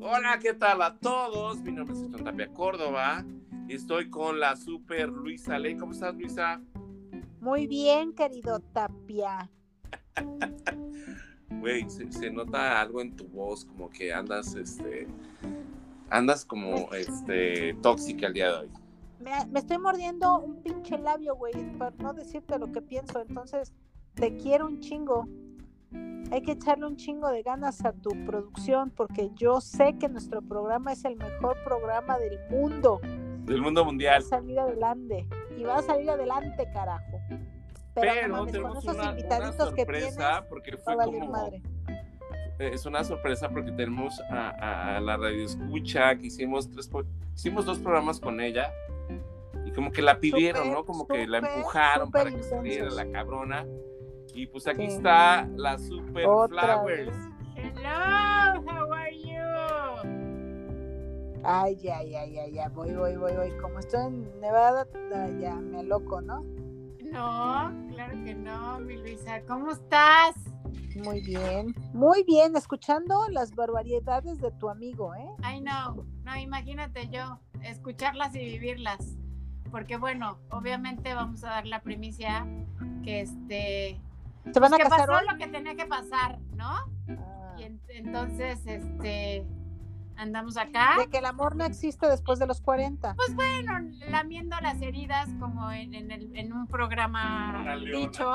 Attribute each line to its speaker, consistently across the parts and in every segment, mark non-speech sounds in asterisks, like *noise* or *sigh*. Speaker 1: Hola, ¿qué tal a todos? Mi nombre es Estón Tapia Córdoba y estoy con la super Luisa Ley. ¿Cómo estás, Luisa?
Speaker 2: Muy bien, querido Tapia.
Speaker 1: Güey, se, se nota algo en tu voz, como que andas, este, andas como, este, tóxica el día de hoy.
Speaker 2: Me, me estoy mordiendo un pinche labio, güey, por no decirte lo que pienso. Entonces, te quiero un chingo. Hay que echarle un chingo de ganas a tu producción porque yo sé que nuestro programa es el mejor programa del mundo.
Speaker 1: Del mundo
Speaker 2: Va a
Speaker 1: mundial.
Speaker 2: salir adelante. Y va a salir adelante, carajo. Pero, no
Speaker 1: Pero
Speaker 2: mames, con
Speaker 1: tenemos
Speaker 2: esos
Speaker 1: una, una
Speaker 2: invitaditos que tienes,
Speaker 1: sorpresa
Speaker 2: va
Speaker 1: porque fue
Speaker 2: a valer
Speaker 1: como...
Speaker 2: madre.
Speaker 1: eh, es una sorpresa porque tenemos a, a- a la radio escucha que hicimos tres po- hicimos dos programas con ella y como que la pidieron
Speaker 2: Súper,
Speaker 1: no como que la
Speaker 2: súper,
Speaker 1: empujaron
Speaker 2: súper
Speaker 1: para que saliera
Speaker 2: intensos.
Speaker 1: la cabrona y pues aquí
Speaker 2: Sí.
Speaker 1: está la super
Speaker 2: Otra
Speaker 1: flowers
Speaker 3: Hello, how are you?
Speaker 2: Ay, ya, ya, ya, ya, voy, voy, voy, voy. Como estoy en Nevada, ya, ya, me loco, ¿no?
Speaker 3: No, claro que no, mi Luisa. ¿Cómo estás?
Speaker 2: Muy bien, muy bien, escuchando las barbaridades de tu amigo, ¿eh?
Speaker 3: Ay, no, no, imagínate yo, escucharlas y vivirlas. Porque bueno, obviamente vamos a dar la primicia que este...
Speaker 2: ¿Se van a
Speaker 3: que
Speaker 2: casar
Speaker 3: pasó
Speaker 2: hoy?
Speaker 3: lo que tenía que pasar, ¿no?
Speaker 2: Ah,
Speaker 3: Y en- entonces, este, andamos acá.
Speaker 2: Ah, De que el amor no existe después de los 40.
Speaker 3: Pues, Bueno, lamiendo las heridas como en, en el- en un
Speaker 1: Una
Speaker 3: programa
Speaker 1: leona.
Speaker 3: dicho,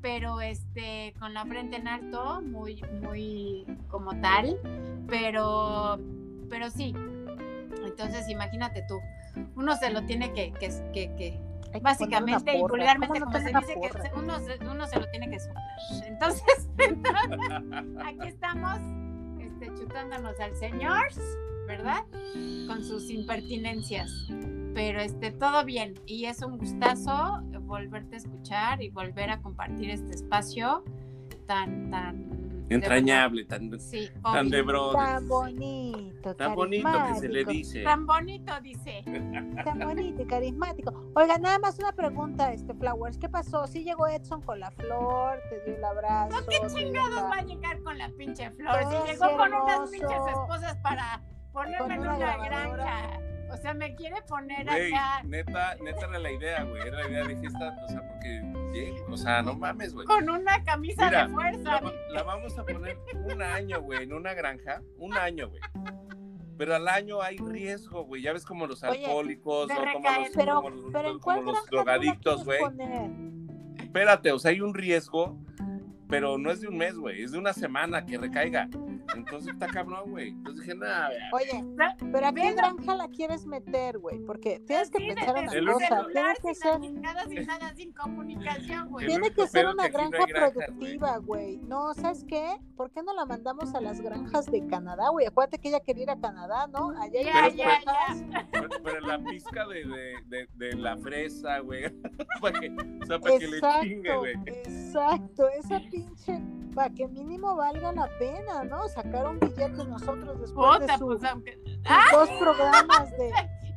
Speaker 3: pero este con la frente en alto, muy, muy como tal, pero, pero sí. Entonces imagínate tú, uno se lo tiene que, que, que- que-
Speaker 2: Hay que ponerle
Speaker 3: básicamente y
Speaker 2: una porra. ¿Cómo
Speaker 3: vulgarmente
Speaker 2: no
Speaker 3: como se
Speaker 2: tener una
Speaker 3: dice que
Speaker 2: porra?
Speaker 3: se- uno, se- uno se lo tiene que soplar. Entonces, *laughs* entonces, aquí estamos este, chutándonos al señor, ¿verdad? Con sus impertinencias. Pero este, todo bien. Y es un gustazo volverte a escuchar y volver a compartir este espacio tan, tan... de
Speaker 1: entrañable tan
Speaker 3: verdad. Sí,
Speaker 1: tan
Speaker 3: obvio.
Speaker 1: de bro
Speaker 2: Tan bonito,
Speaker 1: tan bonito que se le
Speaker 2: carismático,
Speaker 1: dice
Speaker 3: Tan bonito, dice.
Speaker 2: Tan bonito y carismático. Oiga, nada más una pregunta, este Flowers, ¿qué pasó? ¿Sí llegó Edson con la flor? ¿Te dio el abrazo?
Speaker 3: No, qué
Speaker 2: ¿Te
Speaker 3: chingados
Speaker 2: dejaron?
Speaker 3: va a llegar con la pinche flor.
Speaker 2: Todo
Speaker 3: Si llegó con unas
Speaker 2: Pues hermoso.
Speaker 3: pinches esposas para ponerme en
Speaker 2: una
Speaker 3: una
Speaker 2: grabadora.
Speaker 3: granja. O sea, me quiere poner
Speaker 1: Güey,
Speaker 3: acá
Speaker 1: neta neta era la idea güey era la idea de esta o sea porque sí, o sea no mames güey
Speaker 3: con una camisa
Speaker 1: Mira,
Speaker 3: de fuerza.
Speaker 1: La, va- la vamos a poner un año, güey, en una granja. Un año, güey. Pero al año hay riesgo, güey. Ya ves como los
Speaker 2: Oye,
Speaker 1: alcohólicos
Speaker 3: de
Speaker 1: o como
Speaker 3: recaer.
Speaker 1: los,
Speaker 2: Pero,
Speaker 1: como los-
Speaker 2: pero ¿en
Speaker 1: como
Speaker 2: cuál
Speaker 1: los
Speaker 2: granja tú la
Speaker 1: drogadictos,
Speaker 2: quieres
Speaker 1: güey.
Speaker 2: poner?
Speaker 1: Espérate, o sea, hay un riesgo, pero no es de un mes, güey. Es de una semana que recaiga. Entonces está cabrón, güey. Entonces dije, nada,
Speaker 2: Oye,
Speaker 3: Sa-
Speaker 2: pero ¿a qué
Speaker 3: Velo.
Speaker 2: granja la quieres meter, güey? Porque tienes que
Speaker 3: Sin
Speaker 2: pensar en
Speaker 1: el
Speaker 2: la
Speaker 1: único-
Speaker 2: cosa. Tiene
Speaker 3: Pues celular,
Speaker 2: que
Speaker 3: sin
Speaker 2: ser,
Speaker 3: nada, sin nada, sin comunicación, güey.
Speaker 1: El
Speaker 2: tiene
Speaker 1: único
Speaker 2: que ser
Speaker 1: pedo es
Speaker 2: una
Speaker 1: que aquí no
Speaker 2: granja
Speaker 1: hay granjas, güey.
Speaker 2: productiva, güey. No, ¿sabes qué? ¿Por qué no la mandamos a las granjas de Canadá, güey? Acuérdate que ella quería ir a Canadá, ¿no? Allá hay
Speaker 3: Ya,
Speaker 2: unas
Speaker 1: ya,
Speaker 2: granjas.
Speaker 1: pero, pero la pizca de, de- de- de la fresa, güey. *laughs* para que, o sea, para que le chingue, güey.
Speaker 2: exacto. Esa pinche, para que mínimo valga la pena, ¿no? Sacar un billete nosotros después de
Speaker 3: Puta,
Speaker 2: sus
Speaker 3: pues aunque. *laughs*
Speaker 2: dos programas de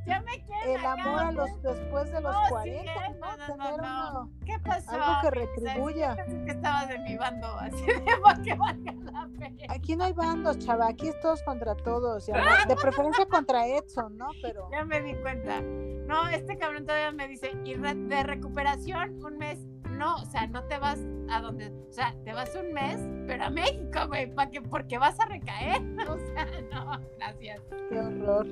Speaker 3: Ya me quedé.
Speaker 2: el amor a los después de los
Speaker 3: Oh, sí,
Speaker 2: 40,
Speaker 3: ¿eh?
Speaker 2: ¿no?
Speaker 3: No, no,
Speaker 2: Tener
Speaker 3: no, no.
Speaker 2: uno-
Speaker 3: ¿Qué pasó?
Speaker 2: algo que
Speaker 3: Pensé-
Speaker 2: retribuya.
Speaker 3: pensé que estabas de mi bando, así de *laughs* para que valga la pena.
Speaker 2: Aquí no hay bandos, chava, aquí es todos contra todos, ya, ¿no?
Speaker 3: *laughs*
Speaker 2: de preferencia contra Edson, ¿no? Pero
Speaker 3: Ya me di cuenta. No, este cabrón todavía me dice, y re- de recuperación un mes. No, o sea, no te vas a donde, o sea, te vas un mes, pero a México, güey, para que, porque vas a recaer. *laughs* O sea, no, gracias.
Speaker 2: qué horror,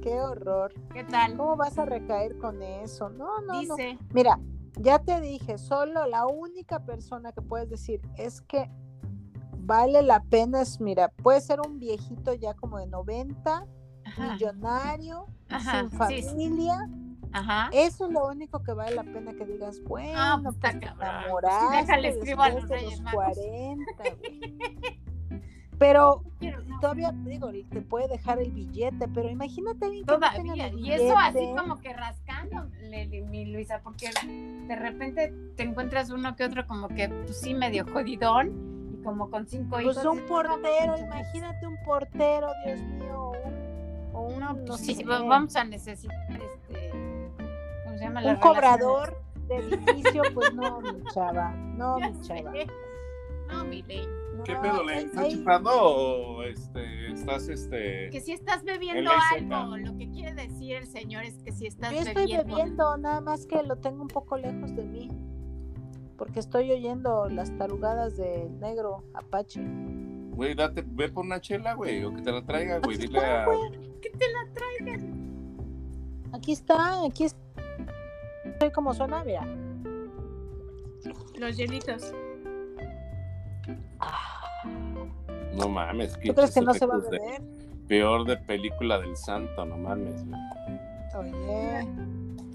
Speaker 2: qué horror.
Speaker 3: ¿Qué tal?
Speaker 2: ¿Cómo vas a recaer con eso? No, no, no.
Speaker 3: Dice,
Speaker 2: Mira, ya te dije, solo la única persona que puedes decir es que vale la pena es, mira, puede ser un viejito ya como de 90,
Speaker 3: ajá,
Speaker 2: millonario,
Speaker 3: ajá,
Speaker 2: sin Eh,
Speaker 3: sí, sí,
Speaker 2: familia.
Speaker 3: ajá.
Speaker 2: Eso es lo único que vale la pena que digas, bueno,
Speaker 3: Ah, pues,
Speaker 2: pues
Speaker 3: está
Speaker 2: te
Speaker 3: cabrón.
Speaker 2: enamoraste
Speaker 3: Sí, déjale, escribo a los
Speaker 2: después de
Speaker 3: Reyes
Speaker 2: los
Speaker 3: Magos.
Speaker 2: 40,
Speaker 3: *laughs*
Speaker 2: güey. Pero
Speaker 3: Quiero- no,
Speaker 2: todavía, digo, te puede dejar el billete, pero imagínate alguien que no tenga
Speaker 3: Todavía,
Speaker 2: ni
Speaker 3: y eso así
Speaker 2: billete.
Speaker 3: como que rascando, mi Luisa, porque de repente te encuentras uno que otro como que pues, sí medio jodidón y como con cinco hijos.
Speaker 2: Pues un
Speaker 3: dices,
Speaker 2: portero,
Speaker 3: no,
Speaker 2: imagínate un portero, Dios mío, un, o un,
Speaker 3: No,
Speaker 2: no
Speaker 3: pues sí,
Speaker 2: sé,
Speaker 3: va- vamos a necesitar este. ¿Cómo se llama?
Speaker 2: un
Speaker 3: Las
Speaker 2: cobrador de edificio, pues no, mi chava, no, mi
Speaker 3: relaciones. *laughs* Ya
Speaker 2: chava.
Speaker 3: sé. No, mi ley,
Speaker 1: ¿Qué pedo? ¿Le
Speaker 2: ahí-
Speaker 1: estás
Speaker 2: ahí-
Speaker 1: chupando o este, estás este.
Speaker 3: Que si estás bebiendo
Speaker 1: En la
Speaker 3: algo, lo que quiere decir el señor es que si estás
Speaker 2: Yo estoy bebiendo, nada más que lo tengo un poco lejos de mí. Porque estoy oyendo las tarugadas del negro Apache.
Speaker 1: Güey, date, ve por una chela, güey, o que te la traiga, güey.
Speaker 2: Aquí
Speaker 1: Dile
Speaker 2: está,
Speaker 1: a.
Speaker 2: güey.
Speaker 3: que te la trae.
Speaker 2: Aquí está, aquí está. Soy como suena, mira.
Speaker 3: Los hielitos.
Speaker 1: Ah, No mames,
Speaker 2: ¿Tú crees que no
Speaker 1: pinches
Speaker 2: se va a
Speaker 1: efectos de-
Speaker 2: beber?
Speaker 1: Peor de película del santo, no mames, güey.
Speaker 2: Oye.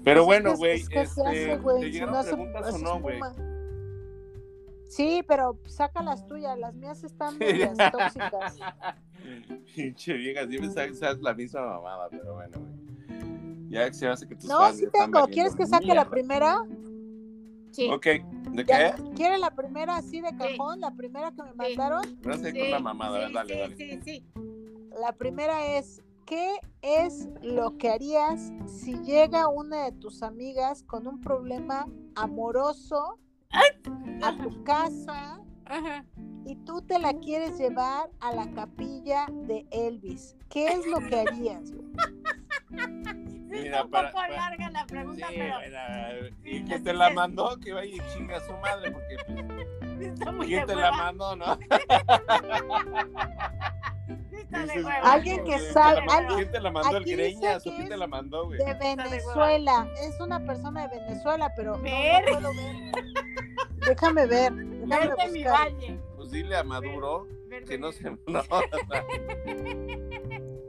Speaker 1: Pero
Speaker 2: Pues es
Speaker 1: bueno,
Speaker 2: que-
Speaker 1: güey,
Speaker 2: es que se
Speaker 1: este,
Speaker 2: hace, güey,
Speaker 1: ¿te
Speaker 2: si
Speaker 1: llegaron
Speaker 2: no se-
Speaker 1: preguntas
Speaker 2: se
Speaker 1: o no, güey?
Speaker 2: espuma. Sí, pero saca las tuyas, las mías
Speaker 1: *laughs*
Speaker 2: están medias tóxicas.
Speaker 1: Pinche vieja, siempre sabes, sabes la misma mamada, pero bueno, güey. Ya que se hace que tus
Speaker 2: No,
Speaker 1: fans
Speaker 2: sí
Speaker 1: ya están
Speaker 2: tengo.
Speaker 1: valiendo
Speaker 2: ¿Quieres que saque la
Speaker 1: mierda.
Speaker 2: primera?
Speaker 3: Sí.
Speaker 1: Ok, ¿de qué?
Speaker 2: Ya, ¿Quieres la primera así de cajón? La primera que me mandaron.
Speaker 1: No sé
Speaker 3: sí,
Speaker 1: con la mamada,
Speaker 3: sí,
Speaker 1: dale,
Speaker 3: sí,
Speaker 1: dale.
Speaker 3: sí, sí.
Speaker 2: La primera es, ¿qué es lo que harías si llega una de tus amigas con un problema amoroso a tu casa
Speaker 3: Ajá.
Speaker 2: y tú te la quieres llevar a la capilla de Elvis? ¿Qué es lo que harías? güey?
Speaker 3: Sí,
Speaker 1: Mira,
Speaker 3: es un
Speaker 1: para-
Speaker 3: poco
Speaker 1: para-
Speaker 3: larga la pregunta,
Speaker 1: Sí,
Speaker 3: pero
Speaker 1: bueno,
Speaker 3: Sí,
Speaker 1: y que
Speaker 3: así
Speaker 1: te la
Speaker 3: es.
Speaker 1: mandó, que vaya y chinga a su madre, porque pues,
Speaker 3: está *laughs* muy de
Speaker 1: ¿quién te la
Speaker 3: hueva.
Speaker 1: mandó, no?
Speaker 3: Está de
Speaker 1: Dices,
Speaker 3: hueva.
Speaker 2: Alguien que
Speaker 1: ¿quién
Speaker 2: sabe-
Speaker 1: te la mandó?
Speaker 2: alguien-
Speaker 1: ¿Quién te la mandó el
Speaker 2: aquí dice
Speaker 1: greñas? ¿O
Speaker 2: que
Speaker 1: quién te
Speaker 2: es
Speaker 1: la mandó, güey?
Speaker 2: De
Speaker 3: de hueva.
Speaker 2: Venezuela. Es una persona de Venezuela, pero no, no
Speaker 3: Ver.
Speaker 2: puedo ver. Déjame ver. Déjame
Speaker 3: Verde mi
Speaker 2: buscar.
Speaker 3: valle.
Speaker 1: Pues dile a Maduro
Speaker 3: Verde
Speaker 1: que no
Speaker 3: mi-
Speaker 1: se. no, o sea,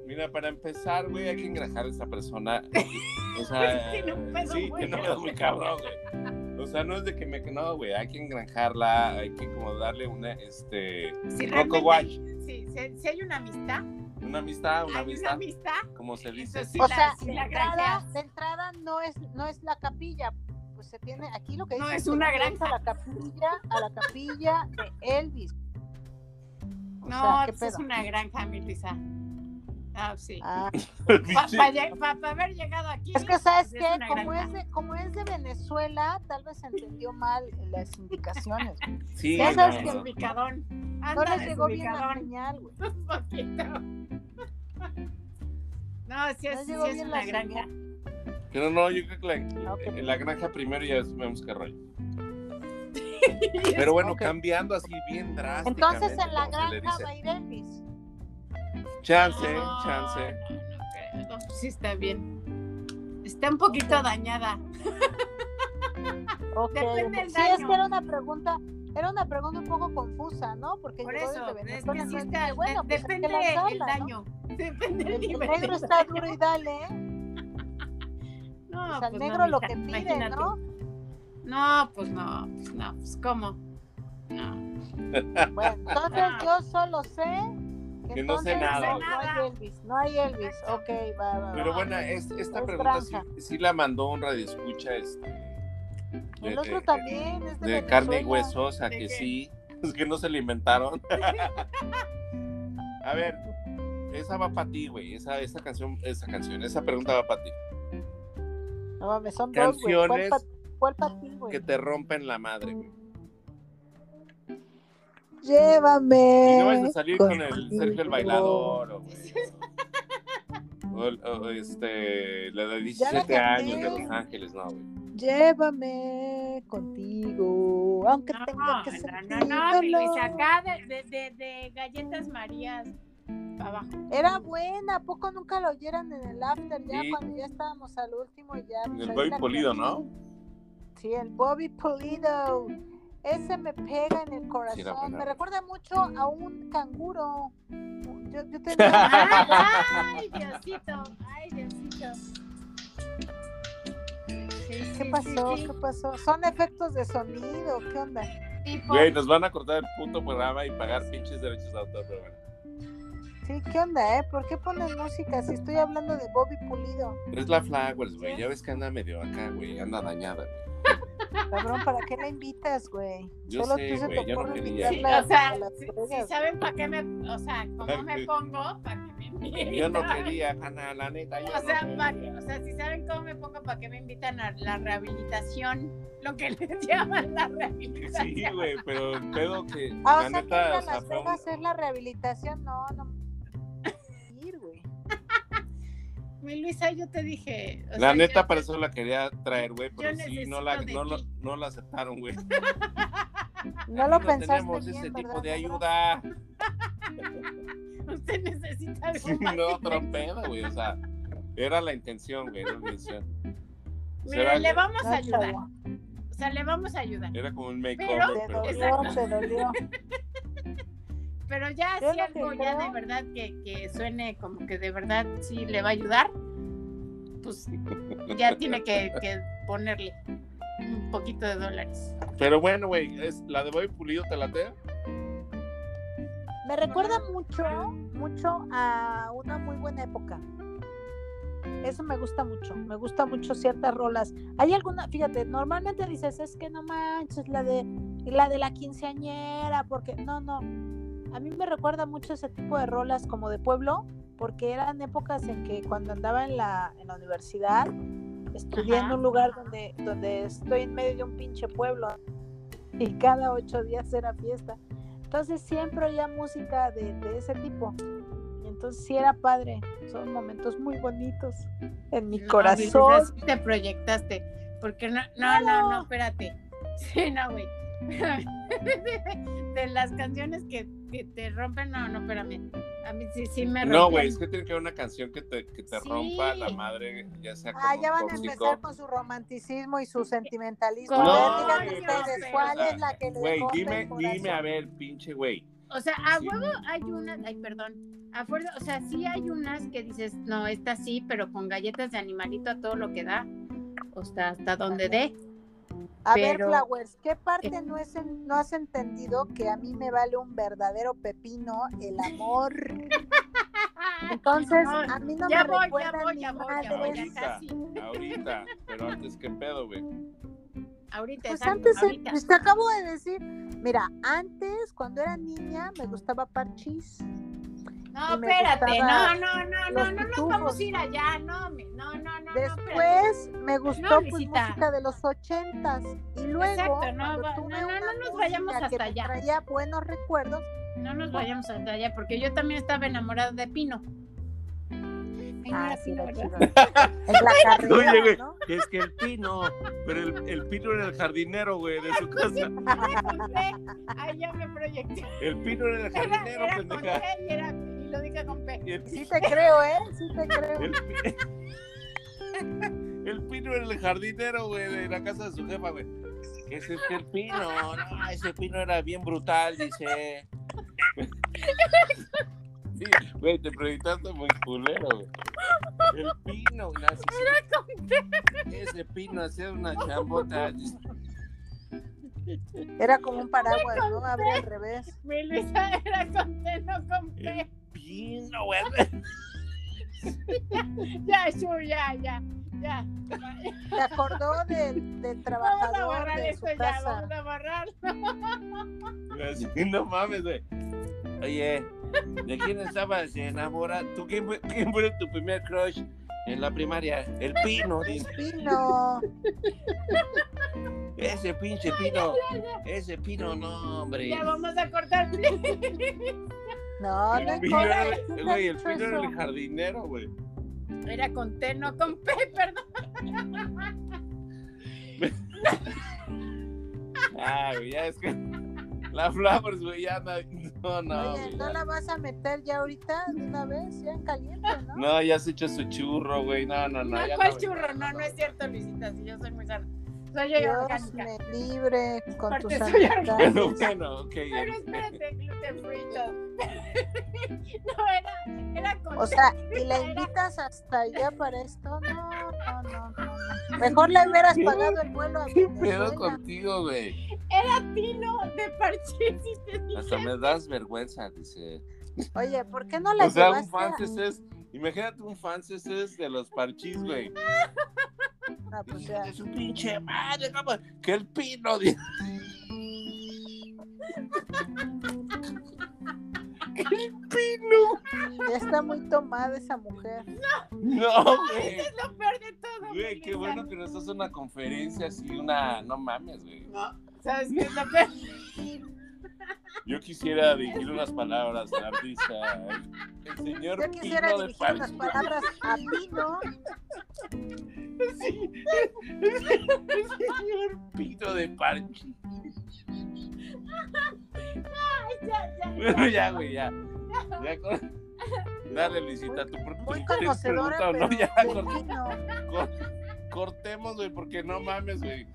Speaker 1: Mira, para empezar, güey, hay que engrajar a esa persona. O
Speaker 2: *laughs*
Speaker 1: sea,
Speaker 3: Tiene un pedo
Speaker 1: sí,
Speaker 3: muy
Speaker 1: tiene un pedo
Speaker 3: grande.
Speaker 1: muy cabrón, güey. O sea, no es de que me. No, güey, hay que engranjarla, hay que como darle una, este.
Speaker 3: Si
Speaker 1: Rocco
Speaker 3: realmente-
Speaker 1: Watch.
Speaker 3: Sí, si, si hay una amistad,
Speaker 1: Una amistad, una
Speaker 3: hay
Speaker 1: amistad,
Speaker 3: una amistad.
Speaker 1: como se dice.
Speaker 3: Entonces,
Speaker 1: sí. *laughs*
Speaker 2: O
Speaker 3: La-
Speaker 2: sea,
Speaker 3: sí,
Speaker 2: de
Speaker 3: la
Speaker 2: entrada,
Speaker 3: granja.
Speaker 2: de entrada no es no es la capilla, pues se tiene aquí lo que
Speaker 3: No,
Speaker 2: dice
Speaker 3: es
Speaker 2: se
Speaker 3: una
Speaker 2: tiene
Speaker 3: granja.
Speaker 2: a la capilla, a la capilla de Elvis. O
Speaker 3: No,
Speaker 2: sea, ¿qué
Speaker 3: pues es
Speaker 2: pedo?
Speaker 3: una granja, mi Luisa. Ah, sí.
Speaker 2: Ah,
Speaker 3: Para haber llegado aquí.
Speaker 2: es que sabes
Speaker 3: es
Speaker 2: que
Speaker 3: una
Speaker 2: como
Speaker 3: granja.
Speaker 2: es de, como es de Venezuela, tal vez entendió mal las
Speaker 3: *laughs*
Speaker 2: indicaciones. güey.
Speaker 1: Sí,
Speaker 2: Ya
Speaker 3: Ya
Speaker 1: no,
Speaker 2: sabes
Speaker 3: sabes
Speaker 2: que-
Speaker 1: no.
Speaker 3: desubicadón.
Speaker 2: No
Speaker 3: Anda
Speaker 2: les llegó bien la
Speaker 3: desubicadón.
Speaker 2: señal, güey.
Speaker 3: *laughs* Un poquito. No, sí es,
Speaker 2: No
Speaker 3: sí
Speaker 2: llegó
Speaker 3: es
Speaker 2: bien
Speaker 3: una
Speaker 2: la
Speaker 3: granja.
Speaker 1: Pero no, yo creo que la,
Speaker 2: Ok.
Speaker 1: en la granja primero y ya después vemos qué rollo. Pero bueno,
Speaker 2: Ok.
Speaker 1: cambiando así bien drásticamente.
Speaker 2: Entonces en la
Speaker 1: como se le
Speaker 2: granja
Speaker 1: dice.
Speaker 2: va a ir Elvis.
Speaker 1: *laughs* Chance,
Speaker 2: Ah.
Speaker 3: No,
Speaker 1: chance.
Speaker 3: No, no creo. No, sí está bien. Está un poquito dañada.
Speaker 2: Ok,
Speaker 3: Depende del
Speaker 2: Sí, es
Speaker 3: daño.
Speaker 2: que era una pregunta, era una pregunta un poco confusa, ¿no? Porque
Speaker 3: Por
Speaker 2: llegó
Speaker 3: eso,
Speaker 2: desde
Speaker 3: es
Speaker 2: Venezuela.
Speaker 3: que sí
Speaker 2: no
Speaker 3: está.
Speaker 2: entendí, bueno,
Speaker 3: de-
Speaker 2: pues, hay que
Speaker 3: depende el
Speaker 2: lanzarla, ¿no?
Speaker 3: daño. *laughs* Depende del
Speaker 2: El
Speaker 3: nivel.
Speaker 2: negro
Speaker 3: del
Speaker 2: está
Speaker 3: daño.
Speaker 2: duro y dale, ¿eh?
Speaker 3: No,
Speaker 2: O sea, el
Speaker 3: pues no,
Speaker 2: negro
Speaker 3: *laughs*
Speaker 2: lo
Speaker 3: mija,
Speaker 2: que pide,
Speaker 3: imagínate.
Speaker 2: ¿no?
Speaker 3: No, pues no, pues no, pues cómo. No.
Speaker 2: Bueno,
Speaker 3: *laughs*
Speaker 2: entonces yo solo sé que,
Speaker 1: Que no sé
Speaker 2: entonces
Speaker 1: nada.
Speaker 2: No, no hay Elvis, no hay Elvis. Ok, va, va, va.
Speaker 1: Pero bueno, es- esta
Speaker 2: Es
Speaker 1: pregunta sí,
Speaker 2: granja.
Speaker 1: sí la mandó un radioescucha este, de,
Speaker 2: el otro
Speaker 1: de-
Speaker 2: también es de,
Speaker 1: de carne y
Speaker 2: Venezuela.
Speaker 1: hueso, o sea
Speaker 3: ¿De
Speaker 1: que
Speaker 3: qué?
Speaker 1: sí, *laughs* es que no se le inventaron. *laughs* A ver, esa va para ti, güey, esa, esa canción, esa canción, esa pregunta va para ti.
Speaker 2: No mames, son dos, güey. ¿Cuál
Speaker 1: Canciones
Speaker 2: pa- ¿Cuál para ti, güey?
Speaker 1: Que te rompen la madre, güey.
Speaker 2: Llévame.
Speaker 1: Y no
Speaker 2: Eh,
Speaker 1: vayas a salir con el
Speaker 2: contigo.
Speaker 1: Sergio el bailador, o, güey, o- o el- o este, la de 17
Speaker 2: canté.
Speaker 1: años de Los Ángeles, no, güey.
Speaker 2: Llévame contigo, aunque
Speaker 3: No,
Speaker 2: tenga que
Speaker 3: no, no, no, mi
Speaker 2: sentírmelo.
Speaker 3: Luis, acá de, de, de, de galletas Marías para abajo.
Speaker 2: *laughs* Era buena, ¿a poco nunca la oyeron en el after? Ya
Speaker 1: Sí.
Speaker 2: cuando ya estábamos al último, ya. pues,
Speaker 1: El
Speaker 2: ahí
Speaker 1: Bobby
Speaker 2: la
Speaker 1: Polido,
Speaker 2: canté.
Speaker 1: ¿no?
Speaker 2: Sí, el Bobby Pulido. Ese me pega en el corazón.
Speaker 1: era buena.
Speaker 2: me recuerda mucho a un canguro. Yo,
Speaker 1: *laughs*
Speaker 2: yo
Speaker 3: Ay,
Speaker 2: tenía.
Speaker 3: ay, Diosito, ay, Diosito. Sí, sí,
Speaker 2: ¿Qué
Speaker 3: sí,
Speaker 2: pasó?
Speaker 3: sí.
Speaker 2: ¿Qué pasó? Son efectos de sonido. ¿Qué onda?
Speaker 3: Tipo,
Speaker 1: Güey, nos van a cortar el puto programa y pagar pinches derechos de autor, pero bueno.
Speaker 2: Sí, ¿qué onda, eh? ¿Por qué ponen música si estoy hablando de Bobby Pulido?
Speaker 1: Pero es la Flowers, güey, ya ves que anda medio acá, güey, anda dañada, güey.
Speaker 2: Cabrón, ¿para qué la invitas, güey?
Speaker 1: Yo
Speaker 2: Solo
Speaker 1: sé,
Speaker 2: tú se
Speaker 1: güey,
Speaker 2: te
Speaker 1: yo no
Speaker 2: ocurre
Speaker 1: quería.
Speaker 3: Sí,
Speaker 2: invitarla
Speaker 3: o sea,
Speaker 2: a las
Speaker 3: si,
Speaker 2: bodegas,
Speaker 3: si saben para qué me, o sea, cómo me pongo, para que me
Speaker 1: *laughs*
Speaker 3: invitan.
Speaker 1: Yo no quería, Ana, la neta. Yo
Speaker 3: O sea,
Speaker 1: no
Speaker 3: pa-
Speaker 1: quería.
Speaker 3: o sea, si saben cómo me pongo, para qué me invitan a la rehabilitación, lo que les *laughs* llaman la rehabilitación.
Speaker 1: Sí, güey, pero el pedo que.
Speaker 2: Ah,
Speaker 1: la
Speaker 2: o sea, que ir
Speaker 1: neta,
Speaker 2: a
Speaker 1: o sea,
Speaker 2: Las
Speaker 1: fue un-
Speaker 2: Vegas es la rehabilitación, no,
Speaker 3: *laughs*
Speaker 2: no. Ir, güey.
Speaker 3: Mi Luisa, yo te dije. o sea,
Speaker 1: La neta,
Speaker 3: yo-
Speaker 1: para eso la quería traer, güey,
Speaker 3: Yo
Speaker 1: pero sí, no la, no,
Speaker 3: necesito de
Speaker 1: lo-
Speaker 3: ti.
Speaker 1: no la aceptaron, güey.
Speaker 2: No
Speaker 1: No
Speaker 2: lo pensaste
Speaker 1: tenemos
Speaker 2: bien,
Speaker 1: ese
Speaker 2: ¿verdad,
Speaker 1: tipo de
Speaker 2: cabrón?
Speaker 1: ayuda. *laughs*
Speaker 3: Usted necesita algo
Speaker 1: Sí,
Speaker 3: más
Speaker 1: no,
Speaker 3: diferente.
Speaker 1: otro pedo, güey. O sea, era la intención, güey, era la intención. O sea,
Speaker 3: Mira,
Speaker 1: era,
Speaker 3: le vamos
Speaker 2: No,
Speaker 3: a ayudar.
Speaker 2: chavo,
Speaker 3: O sea, le vamos a ayudar.
Speaker 1: era como un
Speaker 2: Te
Speaker 1: makeover, pero.
Speaker 2: dolió,
Speaker 3: Exacto.
Speaker 2: te dolió.
Speaker 3: Pero ya
Speaker 2: Yo
Speaker 3: si
Speaker 2: lo
Speaker 3: algo
Speaker 2: que
Speaker 3: ya
Speaker 2: creo-
Speaker 3: de verdad que, que suene como que de verdad sí le va a ayudar, pues ya tiene que, que ponerle un poquito de dólares.
Speaker 1: Pero bueno, güey, es la de Boy Pulido, ¿te la teo?
Speaker 2: Me recuerda mucho, mucho a una muy buena época. Eso me gusta mucho, me gusta mucho ciertas rolas. Hay alguna, fíjate, normalmente dices, es que no manches, la de la de la quinceañera, porque no, no. A mí me recuerda mucho ese tipo de rolas como de pueblo, porque eran épocas en que cuando andaba en la, en la universidad, estudié en
Speaker 3: Ajá.
Speaker 2: un lugar donde, donde estoy en medio de un pinche pueblo y cada ocho días era fiesta. Entonces siempre oía música de, de ese tipo. Y entonces sí era padre. Son momentos muy bonitos en mi
Speaker 3: No,
Speaker 2: corazón.
Speaker 3: Luisa, sí te proyectaste. Porque no, no, no, no, espérate. *laughs* Sí, no, güey. *laughs* De las canciones que, que te rompen, no, no, espérame. A mí sí, sí me rompen.
Speaker 1: No, güey, es que tiene que haber una canción que te, que te
Speaker 3: Sí.
Speaker 1: rompa la madre, ya sea como
Speaker 2: Ah, ya van a
Speaker 1: tóxico.
Speaker 2: empezar con su romanticismo y su sentimentalismo.
Speaker 3: No,
Speaker 2: a ver, díganme
Speaker 3: no,
Speaker 2: ustedes,
Speaker 3: pero,
Speaker 2: ¿cuál
Speaker 1: o sea,
Speaker 2: es la que les
Speaker 1: Güey,
Speaker 2: rompe el
Speaker 1: dime,
Speaker 2: corazón?
Speaker 1: dime, a ver, pinche güey.
Speaker 3: O sea, a
Speaker 1: Sí.
Speaker 3: huevo hay unas, ay, perdón, a fuerza, o sea, sí hay unas que dices, no, esta sí, pero con galletas de animalito a todo lo que da, o sea, hasta donde dé.
Speaker 2: A ver,
Speaker 3: pero-
Speaker 2: Flowers, ¿qué parte no, es en- no has entendido que a mí me vale un verdadero pepino el amor? *laughs* Entonces,
Speaker 3: No,
Speaker 2: a mí no
Speaker 3: ya
Speaker 2: me
Speaker 3: voy, ya
Speaker 2: recuerdan
Speaker 3: voy,
Speaker 2: ni
Speaker 3: ya voy, ya voy,
Speaker 2: madres.
Speaker 3: ya casi.
Speaker 1: Ahorita, pero antes, ¿qué pedo, güey?
Speaker 3: Ahorita,
Speaker 2: Pues
Speaker 3: exacto,
Speaker 2: antes, eh,
Speaker 3: ahorita.
Speaker 2: pues te acabo de decir, mira, antes, cuando era niña, me gustaba Parchis.
Speaker 3: No,
Speaker 2: me
Speaker 3: espérate,
Speaker 2: gustaba
Speaker 3: no, no, no,
Speaker 2: los
Speaker 3: no, no nos
Speaker 2: pitufos.
Speaker 3: vamos a ir allá, no, me- no, no, Ah, no, no, espérate.
Speaker 2: Después me gustó pues,
Speaker 3: Luisita.
Speaker 2: música de los ochentas y luego
Speaker 3: Exacto, no,
Speaker 2: cuando
Speaker 3: va-
Speaker 2: tuve
Speaker 3: no, no,
Speaker 2: una
Speaker 3: no nos
Speaker 2: música que
Speaker 3: vayamos hasta
Speaker 2: me
Speaker 3: allá.
Speaker 2: traía buenos recuerdos.
Speaker 3: no nos vayamos hasta allá, porque yo también estaba enamorada de Pino. Ay, no
Speaker 2: Ah,
Speaker 3: era
Speaker 2: sí,
Speaker 3: Pino,
Speaker 2: era
Speaker 3: ¿verdad?
Speaker 2: chido.
Speaker 3: *laughs*
Speaker 2: Es la carrera,
Speaker 1: Oye, güey,
Speaker 2: ¿no?
Speaker 1: es que el pino, pero el, el pino era el jardinero, güey, de
Speaker 3: *laughs*
Speaker 1: su casa.
Speaker 3: Era con P, ahí ya me proyecté,
Speaker 1: El pino era el
Speaker 3: era,
Speaker 1: jardinero,
Speaker 3: era con P
Speaker 1: pendeja.
Speaker 3: y, era, y lo dije con P.
Speaker 1: Y El,
Speaker 2: Sí te creo, ¿eh? Sí te creo.
Speaker 1: el pi- *laughs* el pino era el jardinero, güey, de la casa de su jefa, güey. Ese es que el pino, no, ese pino era bien brutal, dice. *laughs* Sí, güey, te proyectaste muy culero, güey. El pino, gracias. *laughs* Ese pino hacía una chambota. dice.
Speaker 2: Era
Speaker 3: *laughs*
Speaker 2: como un paraguas, ¿no? Abre al revés.
Speaker 3: Mi Luisa era con T, no con
Speaker 1: Eh.
Speaker 3: P.
Speaker 1: Pino, güey.
Speaker 3: Ya, Shu, ya, ya, ya.
Speaker 2: Te acordó del,
Speaker 3: *laughs*
Speaker 2: del
Speaker 3: Vamos a
Speaker 2: trabajador
Speaker 3: borrar
Speaker 2: de su
Speaker 3: esto ya,
Speaker 2: casa.
Speaker 3: vamos a borrar.
Speaker 1: Así, no mames, güey. Oye, ¿de quién estabas enamorada? ¿Tú quién fue, quién fue tu primer crush en la primaria? El pino, dice.
Speaker 2: Pino.
Speaker 1: Ese pinche pino. Ese pino, no, hombre.
Speaker 3: Ya vamos a cortar.
Speaker 2: No, no
Speaker 1: El pino, era-
Speaker 2: encontré. ¿Quién
Speaker 1: güey,
Speaker 2: ha
Speaker 1: el
Speaker 2: dicho
Speaker 1: pino era el
Speaker 2: eso?
Speaker 1: jardinero, güey.
Speaker 3: Era con T, no con P, perdón.
Speaker 1: Ay, Ah, güey, ya es que. *laughs* La Flowers, güey, ya no. No, no.
Speaker 2: Oye,
Speaker 1: güey,
Speaker 2: ¿no
Speaker 1: ya.
Speaker 2: la vas a meter ya ahorita de una vez? Ya en caliente, ¿no?
Speaker 1: No, ya has hecho su churro, güey. No, no, no.
Speaker 3: No,
Speaker 1: ya
Speaker 3: ¿cuál
Speaker 1: güey,
Speaker 3: churro? No, no es cierto, Luisita, si yo soy muy sana. Soy yo
Speaker 2: Dios
Speaker 3: orgánica.
Speaker 2: me libre con tus
Speaker 3: Aparte soy
Speaker 1: Pero
Speaker 2: amistades.
Speaker 1: bueno, ok.
Speaker 3: Pero espérate, gluten free todo. *laughs* No, era, era con
Speaker 2: O sea, y la invitas hasta allá para esto. No, no, no. no. Mejor le hubieras pagado el vuelo a
Speaker 1: ¿Qué pedo
Speaker 2: Venezuela.
Speaker 1: contigo, güey?
Speaker 3: Tino de parchís y te dije,
Speaker 1: Hasta me das vergüenza, dice.
Speaker 2: Oye, ¿por qué no la
Speaker 1: O sea, un
Speaker 2: llevaste? a-
Speaker 1: fanses es. Imagínate un fanses es de los parchís, güey.
Speaker 2: una, pues ya.
Speaker 1: Es un pinche madre, ¿cómo? Que el pino. *laughs* dice. Que el pino.
Speaker 2: Ya está muy tomada esa mujer.
Speaker 1: No, güey.
Speaker 3: Es lo peor de todo.
Speaker 1: Güey, qué
Speaker 3: Melissa.
Speaker 1: bueno que nos haces una conferencia así, una. No mames, güey.
Speaker 3: No, ¿sabes qué es lo peor? *laughs*
Speaker 1: Yo quisiera dirigir unas palabras al artista. El, el señor
Speaker 2: Yo quisiera
Speaker 1: Pino de
Speaker 2: dirigir unas
Speaker 1: París.
Speaker 2: palabras a Pino.
Speaker 1: Sí, el, el señor Pino de Parchi.
Speaker 3: Ay, ya, ya,
Speaker 1: Bueno, ya, güey, ya. Ya con- Dale, Luisita, tu propia
Speaker 2: Muy
Speaker 1: pregunta
Speaker 2: conocedora,
Speaker 1: o
Speaker 2: pero
Speaker 1: no, ya
Speaker 2: de
Speaker 1: cor-
Speaker 2: Pino.
Speaker 1: cor- cortemos, güey, porque no mames, güey.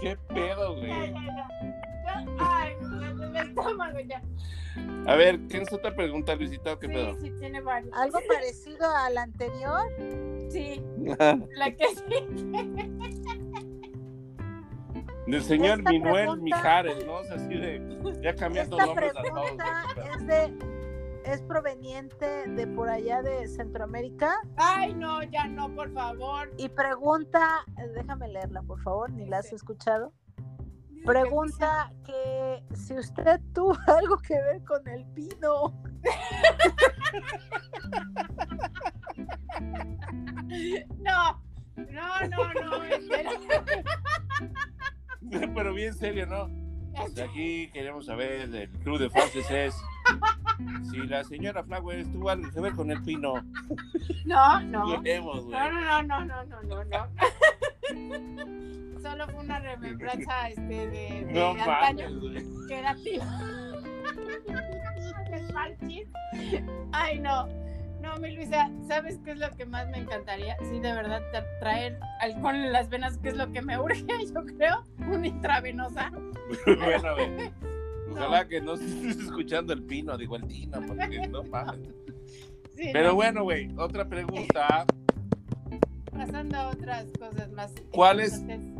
Speaker 1: Qué pedo,
Speaker 3: ya,
Speaker 1: güey.
Speaker 3: ya, ya. Ya, Ay, me el estómago ya.
Speaker 1: A ver, ¿tienes otra pregunta, Luisita, o qué
Speaker 3: Sí,
Speaker 2: *laughs*
Speaker 1: pedo?
Speaker 3: sí, tiene varios.
Speaker 2: Algo parecido al anterior.
Speaker 3: Sí, la que sí.
Speaker 1: Del señor
Speaker 2: Esta
Speaker 1: Manuel
Speaker 2: pregunta-
Speaker 1: Mijares, ¿no? O sea, así de. Ya cambiando
Speaker 2: Esta
Speaker 1: nombres a todos.
Speaker 2: pregunta
Speaker 1: güey, qué pedo.
Speaker 2: es de es proveniente de por allá de Centroamérica
Speaker 3: Ay, no, ya no, por favor.
Speaker 2: y pregunta, déjame leerla por favor, ni la has
Speaker 3: Dice.
Speaker 2: escuchado. Pregunta que si usted tuvo *laughs* algo que ver con el pino.
Speaker 3: No, no, no, no. espera.
Speaker 1: *laughs* Pero bien serio, ¿no? Pues aquí queremos saber del club de fans es si la señora Flowers tuvo algo que ver con el pino.
Speaker 3: No, no.
Speaker 1: Veremos, güey.
Speaker 3: No, no, no, no, no, no, *laughs* no, no. Solo fue una remembranza este, de, de
Speaker 1: No
Speaker 3: antaño
Speaker 1: mames, güey. *laughs*
Speaker 3: que era tío. De Parchís. Ay, no. No, mi Luisa, ¿sabes qué es lo que más me encantaría? Sí, de verdad, tra- traer alcohol en las venas, que es lo que me urge, *laughs* yo creo, una intravenosa.
Speaker 1: Bueno, güey. Ojalá que no estés escuchando el pino, digo el tino, porque no
Speaker 3: *laughs*
Speaker 1: mames.
Speaker 3: Sí,
Speaker 1: Pero
Speaker 3: no,
Speaker 1: bueno, güey, otra pregunta.
Speaker 3: pasando a otras cosas más.
Speaker 1: ¿Cuál es-
Speaker 3: importantes.